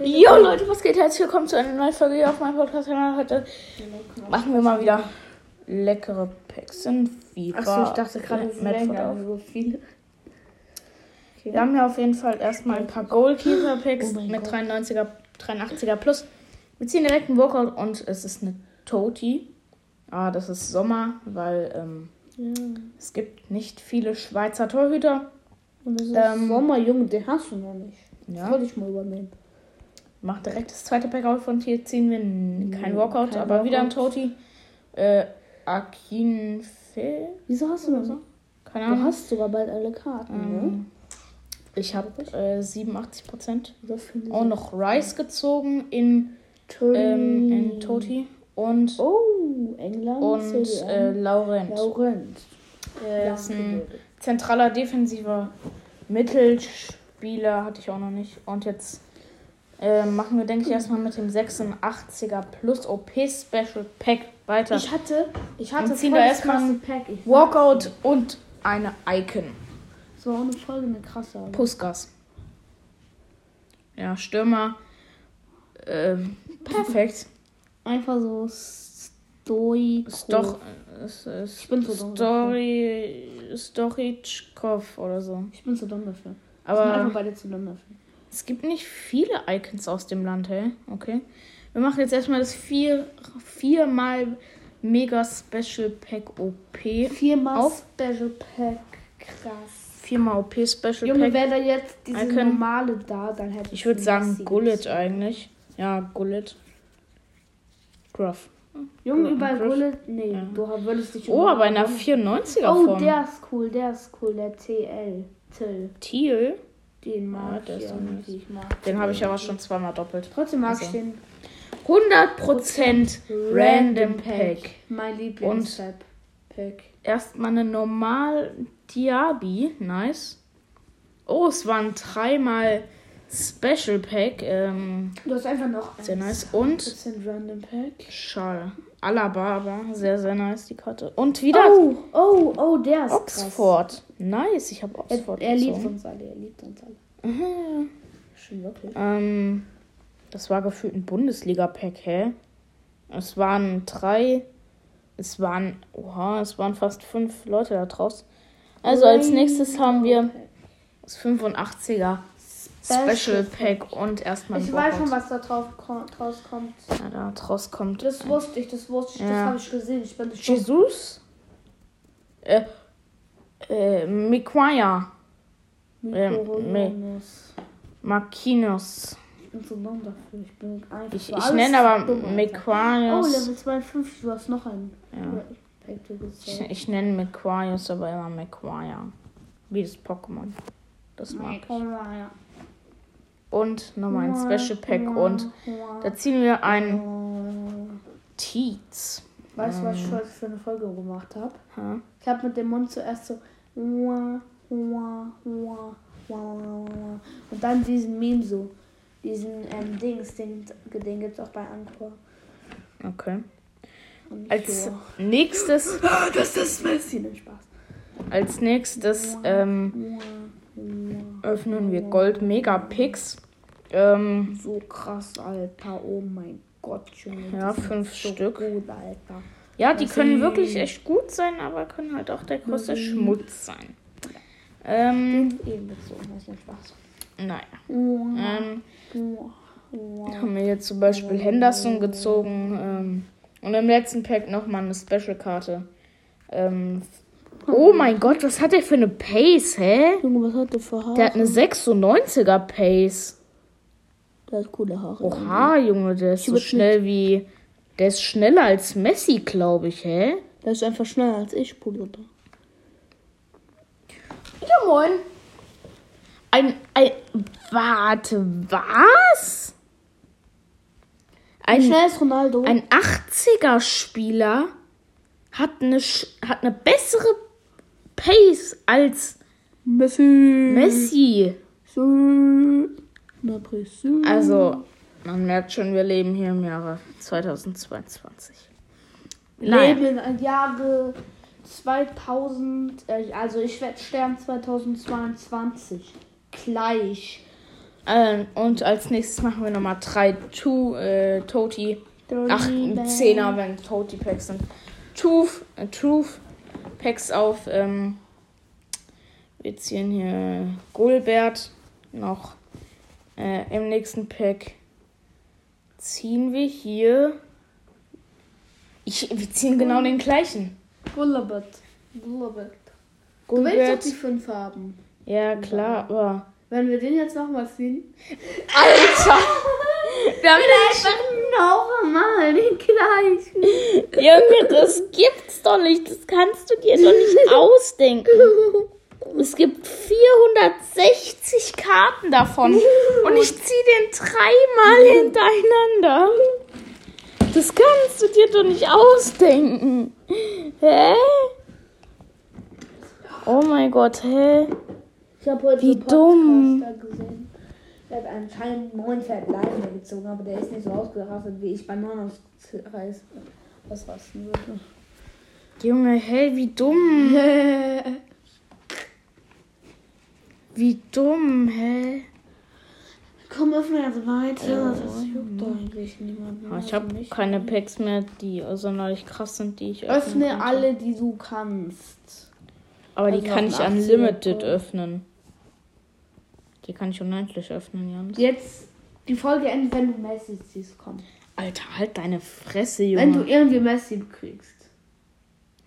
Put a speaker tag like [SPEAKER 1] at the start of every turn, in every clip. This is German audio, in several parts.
[SPEAKER 1] Jo Leute, was geht? Herzlich willkommen zu einer neuen Folge hier auf meinem Podcast-Kanal. Heute machen wir mal wieder leckere Packs in FIFA.
[SPEAKER 2] Achso, ich dachte gerade, es
[SPEAKER 1] Match
[SPEAKER 2] sind länger,
[SPEAKER 1] Football.
[SPEAKER 2] so viele. Okay.
[SPEAKER 1] Wir haben hier auf jeden Fall erstmal ein paar Goalkeeper-Packs
[SPEAKER 2] Oh mein
[SPEAKER 1] mit
[SPEAKER 2] Gott.
[SPEAKER 1] 93er, 83er plus. Wir ziehen direkt einen Workout und es ist eine Toti. Ah, das ist Sommer, weil ähm, es gibt nicht viele Schweizer Torhüter.
[SPEAKER 2] Und das ist
[SPEAKER 1] Ähm,
[SPEAKER 2] Sommer, Junge, den hast du noch nicht. Das
[SPEAKER 1] Ja.
[SPEAKER 2] wollte ich mal übernehmen.
[SPEAKER 1] Mach direkt das zweite Pack auf und hier ziehen wir n- kein
[SPEAKER 2] Nee,
[SPEAKER 1] Walkout,
[SPEAKER 2] Hm, kein
[SPEAKER 1] aber wieder ein
[SPEAKER 2] Walkout.
[SPEAKER 1] Toti. Äh, Akinfe?
[SPEAKER 2] Wieso hast du noch so?
[SPEAKER 1] Keine
[SPEAKER 2] Du
[SPEAKER 1] Ahnung.
[SPEAKER 2] hast sogar bald alle Karten, ne?
[SPEAKER 1] ähm, ich habe äh, 87 Prozent.
[SPEAKER 2] Wieso finde
[SPEAKER 1] Auch noch Rice gezogen in,
[SPEAKER 2] Tony.
[SPEAKER 1] ähm, in Toti. Und,
[SPEAKER 2] Oh, England.
[SPEAKER 1] und äh,
[SPEAKER 2] CDM.
[SPEAKER 1] Laurent.
[SPEAKER 2] Laurent.
[SPEAKER 1] Äh, ist ein zentraler defensiver Mittelspieler, hatte ich auch noch nicht. Und jetzt äh, machen wir, denke ich, erstmal mit dem 86er Plus OP Special Pack weiter.
[SPEAKER 2] Ich hatte, ich
[SPEAKER 1] Dann
[SPEAKER 2] hatte
[SPEAKER 1] ziehen
[SPEAKER 2] voll
[SPEAKER 1] wir
[SPEAKER 2] das
[SPEAKER 1] erstmal
[SPEAKER 2] krasse
[SPEAKER 1] ein
[SPEAKER 2] Pack. Ich
[SPEAKER 1] Walkout und eine Icon.
[SPEAKER 2] Das war auch eine Folge, eine krasse. aber-
[SPEAKER 1] Puskas. Ja, Stürmer. Ähm, perfekt.
[SPEAKER 2] Einfach so stoico.
[SPEAKER 1] Ist doch. äh, Ist, ist,
[SPEAKER 2] Ich bin so dumm.
[SPEAKER 1] Story. Storitschkov oder so.
[SPEAKER 2] Ich bin zu dumm dafür. Wir sind
[SPEAKER 1] Aber.
[SPEAKER 2] einfach beide zu dumm dafür.
[SPEAKER 1] Es gibt nicht viele Icons aus dem Land, hey? Okay. Wir machen jetzt erstmal das vier, viermal Mega Special Pack OP.
[SPEAKER 2] Viermal
[SPEAKER 1] Auf.
[SPEAKER 2] Special Pack. Krass.
[SPEAKER 1] Viermal OP Special
[SPEAKER 2] Junge,
[SPEAKER 1] Pack.
[SPEAKER 2] wäre da jetzt diese
[SPEAKER 1] Icon.
[SPEAKER 2] normale da, dann hätte
[SPEAKER 1] Ich würde
[SPEAKER 2] den
[SPEAKER 1] sagen
[SPEAKER 2] Messi
[SPEAKER 1] Gullet
[SPEAKER 2] gezogen.
[SPEAKER 1] eigentlich. Ja, Gullet. Gruff.
[SPEAKER 2] Junge,
[SPEAKER 1] Gullet
[SPEAKER 2] über
[SPEAKER 1] Griff.
[SPEAKER 2] Gullet, nee,
[SPEAKER 1] Ja.
[SPEAKER 2] du würdest dich
[SPEAKER 1] Oh,
[SPEAKER 2] über-
[SPEAKER 1] aber in der 94er
[SPEAKER 2] Oh,
[SPEAKER 1] Form.
[SPEAKER 2] der ist cool, der ist cool, der TL. Till,
[SPEAKER 1] Teal.
[SPEAKER 2] den
[SPEAKER 1] Ah,
[SPEAKER 2] mag
[SPEAKER 1] der
[SPEAKER 2] ich
[SPEAKER 1] ist doch
[SPEAKER 2] irgendwie,
[SPEAKER 1] nice.
[SPEAKER 2] ich mag.
[SPEAKER 1] Den habe ich aber schon zweimal doppelt.
[SPEAKER 2] Trotzdem mag ich
[SPEAKER 1] Also.
[SPEAKER 2] den.
[SPEAKER 1] 100% Random Pack.
[SPEAKER 2] Mein Lieblings Pack.
[SPEAKER 1] Erstmal eine normal Diaby. Nice. Oh, es waren dreimal Special Pack. Ähm,
[SPEAKER 2] Du hast einfach noch
[SPEAKER 1] sehr
[SPEAKER 2] eins.
[SPEAKER 1] nice. Und
[SPEAKER 2] 100% Random Pack.
[SPEAKER 1] Schal. Alaba, aber sehr, sehr nice die Karte. Und wieder
[SPEAKER 2] Oh, oh, oh, der ist
[SPEAKER 1] Oxford. Nice, ich habe
[SPEAKER 2] krass. Er,
[SPEAKER 1] Oxford.
[SPEAKER 2] er liebt
[SPEAKER 1] gezogen.
[SPEAKER 2] uns alle, er liebt uns alle.
[SPEAKER 1] Mhm.
[SPEAKER 2] Schon wirklich.
[SPEAKER 1] Ähm, das war gefühlt ein Bundesliga-Pack, hä? Es waren drei. Es waren. Oha, es waren fast fünf Leute da draus. Also als nächstes haben wir das 85er Special Pack und erstmal.
[SPEAKER 2] Ich
[SPEAKER 1] ein
[SPEAKER 2] weiß schon,
[SPEAKER 1] Walkout.
[SPEAKER 2] was da drauf ko- draus kommt.
[SPEAKER 1] Ja, da draus kommt.
[SPEAKER 2] Das wusste ich, das wusste ich,
[SPEAKER 1] Ja.
[SPEAKER 2] das habe ich gesehen. Ich bin nicht dumm.
[SPEAKER 1] Jesus? Äh. Äh, Miquire. Ähm,
[SPEAKER 2] Mikoronas.
[SPEAKER 1] Marquinhos.
[SPEAKER 2] Ich bin zu dumm dafür. Ich bin einfach
[SPEAKER 1] Ich,
[SPEAKER 2] für
[SPEAKER 1] ich
[SPEAKER 2] alles
[SPEAKER 1] nenne aber
[SPEAKER 2] dumm, Alter. Oh,
[SPEAKER 1] Miquires.
[SPEAKER 2] Level 52, du hast noch einen.
[SPEAKER 1] ja.
[SPEAKER 2] Pack du
[SPEAKER 1] Ich,
[SPEAKER 2] gezogen.
[SPEAKER 1] ich nenne Mequias aber immer Mequire. Wie das Pokémon. Das mag ich.
[SPEAKER 2] Mikoronas.
[SPEAKER 1] Und nochmal ein Special Pack. Und da ziehen wir einen Teats.
[SPEAKER 2] Weißt du, was
[SPEAKER 1] Mm.
[SPEAKER 2] ich heute für eine Folge gemacht habe?
[SPEAKER 1] Hä?
[SPEAKER 2] Ich habe mit dem Mund zuerst so wah, wah, wah, wah, wah. und dann diesen Meme so. Diesen ähm, Dings, den, den gibt's auch bei Anchor.
[SPEAKER 1] Okay.
[SPEAKER 2] Und
[SPEAKER 1] Als
[SPEAKER 2] so.
[SPEAKER 1] nächstes,
[SPEAKER 2] Ah, das ist Messi, den Spaß.
[SPEAKER 1] als nächstes ähm,
[SPEAKER 2] Wah, wah.
[SPEAKER 1] öffnen wir Gold Mega Picks. Ähm,
[SPEAKER 2] So krass, Alter. Oh mein Gott, Junge.
[SPEAKER 1] Ja,
[SPEAKER 2] die sind
[SPEAKER 1] fünf
[SPEAKER 2] so
[SPEAKER 1] Stück.
[SPEAKER 2] Gut, Alter.
[SPEAKER 1] ja, die können wirklich echt gut sein, aber können halt auch der große Schmutz sein. Ähm,
[SPEAKER 2] Eben bezogen, das ist nicht Spaß.
[SPEAKER 1] naja.
[SPEAKER 2] Wah,
[SPEAKER 1] Ähm,
[SPEAKER 2] wah, wah.
[SPEAKER 1] haben wir jetzt zum Beispiel Henderson gezogen ähm, und im letzten Pack nochmal eine Special-Karte. Ähm, oh mein Gott, was hat der für eine Pace, hä?
[SPEAKER 2] Junge, was hat der für Haare?
[SPEAKER 1] Der hat eine 96er Pace.
[SPEAKER 2] der hat coole Haare.
[SPEAKER 1] Oha, Junge, der ist so schnell wie. Der ist schneller als Messi, glaube ich, hä?
[SPEAKER 2] Der ist einfach schneller als ich, Bruder.
[SPEAKER 1] Ja, moin. Ein, ein. Warte, was? Ein,
[SPEAKER 2] Schnell ist Ronaldo.
[SPEAKER 1] ein 80er-Spieler hat eine, Sch- hat eine bessere Pace als
[SPEAKER 2] Messi.
[SPEAKER 1] Messi.
[SPEAKER 2] Messi. Na, Brissi.
[SPEAKER 1] Also, man merkt schon, wir leben hier im Jahre 2022. Nein.
[SPEAKER 2] Leben im Jahre 2000. äh, Also, ich werde sterben 2022. Gleich.
[SPEAKER 1] Ähm, und als nächstes machen wir nochmal drei Two, äh, Toti. Ach, Zehner, wenn Toti Packs sind. Truth, äh, Truth Packs auf. Ähm, wir ziehen hier Golbert noch. Äh, Im nächsten Pack ziehen wir hier. Ich, wir ziehen genau den gleichen.
[SPEAKER 2] Gullabert. Gullabert. Du willst doch
[SPEAKER 1] Golbert.
[SPEAKER 2] die fünf haben.
[SPEAKER 1] Ja, klar, aber.
[SPEAKER 2] Wenn wir den jetzt nochmal ziehen.
[SPEAKER 1] Alter! Wir haben
[SPEAKER 2] Einfach nochmal den gleichen.
[SPEAKER 1] nicht- Junge, das gibt's doch nicht. Das kannst du dir doch nicht ausdenken. Es gibt 460 Karten davon. Und ich ziehe den dreimal hintereinander. Das kannst du dir doch nicht ausdenken. Hä? Oh mein Gott, hä?
[SPEAKER 2] Ich habe heute
[SPEAKER 1] Wie
[SPEAKER 2] einen
[SPEAKER 1] dumm.
[SPEAKER 2] Podcaster gesehen. Der hat anscheinend neun Verbleibende gezogen, aber der ist nicht so ausgerastet, wie ich bei neun ausreiß- ausrasten würde.
[SPEAKER 1] Junge, hä, wie dumm. Wie dumm, hä?
[SPEAKER 2] Komm, öffne das weiter. das juckt Oh, doch eigentlich niemanden.
[SPEAKER 1] Oh, Ah, Ich habe keine Packs mehr, die sonderlich krass sind, die ich öffne.
[SPEAKER 2] Öffne also alle, die du kannst.
[SPEAKER 1] Aber die
[SPEAKER 2] Also
[SPEAKER 1] kann
[SPEAKER 2] ab
[SPEAKER 1] ich
[SPEAKER 2] 18
[SPEAKER 1] unlimited
[SPEAKER 2] Uhr.
[SPEAKER 1] öffnen. Die kann ich unendlich öffnen, Jans.
[SPEAKER 2] Jetzt die Folge endet, wenn du Messi siehst, komm.
[SPEAKER 1] Alter, halt deine Fresse,
[SPEAKER 2] Wenn du eh
[SPEAKER 1] Junge.
[SPEAKER 2] irgendwie Messi kriegst,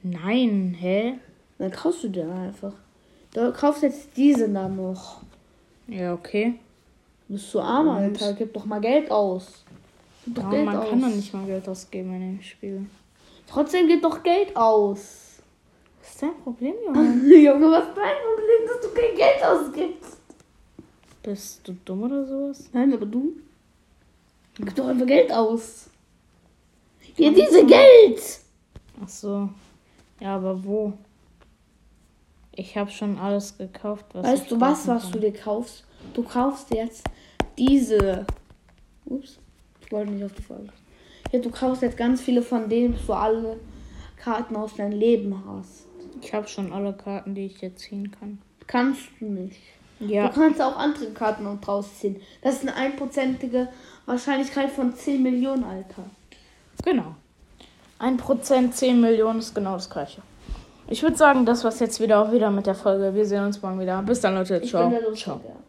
[SPEAKER 1] Nein, hä?
[SPEAKER 2] dann kaufst du den einfach. Du kaufst jetzt diesen dann noch.
[SPEAKER 1] Ja, okay.
[SPEAKER 2] Bist du arm, Alter? Gib doch mal Geld aus. Gib doch
[SPEAKER 1] Ja,
[SPEAKER 2] Geld
[SPEAKER 1] man
[SPEAKER 2] aus.
[SPEAKER 1] kann doch nicht mal Geld ausgeben in dem Spiel.
[SPEAKER 2] Trotzdem gib doch Geld aus.
[SPEAKER 1] Was ist dein Problem, Junge?
[SPEAKER 2] Junge, was ist dein Problem, dass du kein Geld ausgibst?
[SPEAKER 1] Bist du dumm oder sowas?
[SPEAKER 2] Nein, aber du? Gib doch einfach Geld aus. Ja, diese Geld!
[SPEAKER 1] Ach so. Ja, aber wo? Ich habe schon alles gekauft, was ich
[SPEAKER 2] Weißt du was,
[SPEAKER 1] kaufen
[SPEAKER 2] was du
[SPEAKER 1] kann.
[SPEAKER 2] dir kaufst? Du kaufst jetzt diese. Ups, ich wollte nicht auf die Folge. Ja, du kaufst jetzt ganz viele von denen, bis du alle Karten aus deinem Leben hast.
[SPEAKER 1] Ich habe schon alle Karten, die ich jetzt ziehen kann.
[SPEAKER 2] Kannst du nicht.
[SPEAKER 1] Ja.
[SPEAKER 2] Du kannst auch andere Karten noch draus ziehen. Das ist eine einprozentige Wahrscheinlichkeit von 10 Millionen, Alter.
[SPEAKER 1] Genau. 1%, 10 Millionen ist genau das gleiche. Ich würde sagen, das war's jetzt wieder auch wieder mit der Folge. Wir sehen uns morgen wieder. Bis dann, Leute.
[SPEAKER 2] Ich
[SPEAKER 1] Ciao.
[SPEAKER 2] bin der
[SPEAKER 1] Ciao.
[SPEAKER 2] Ciao.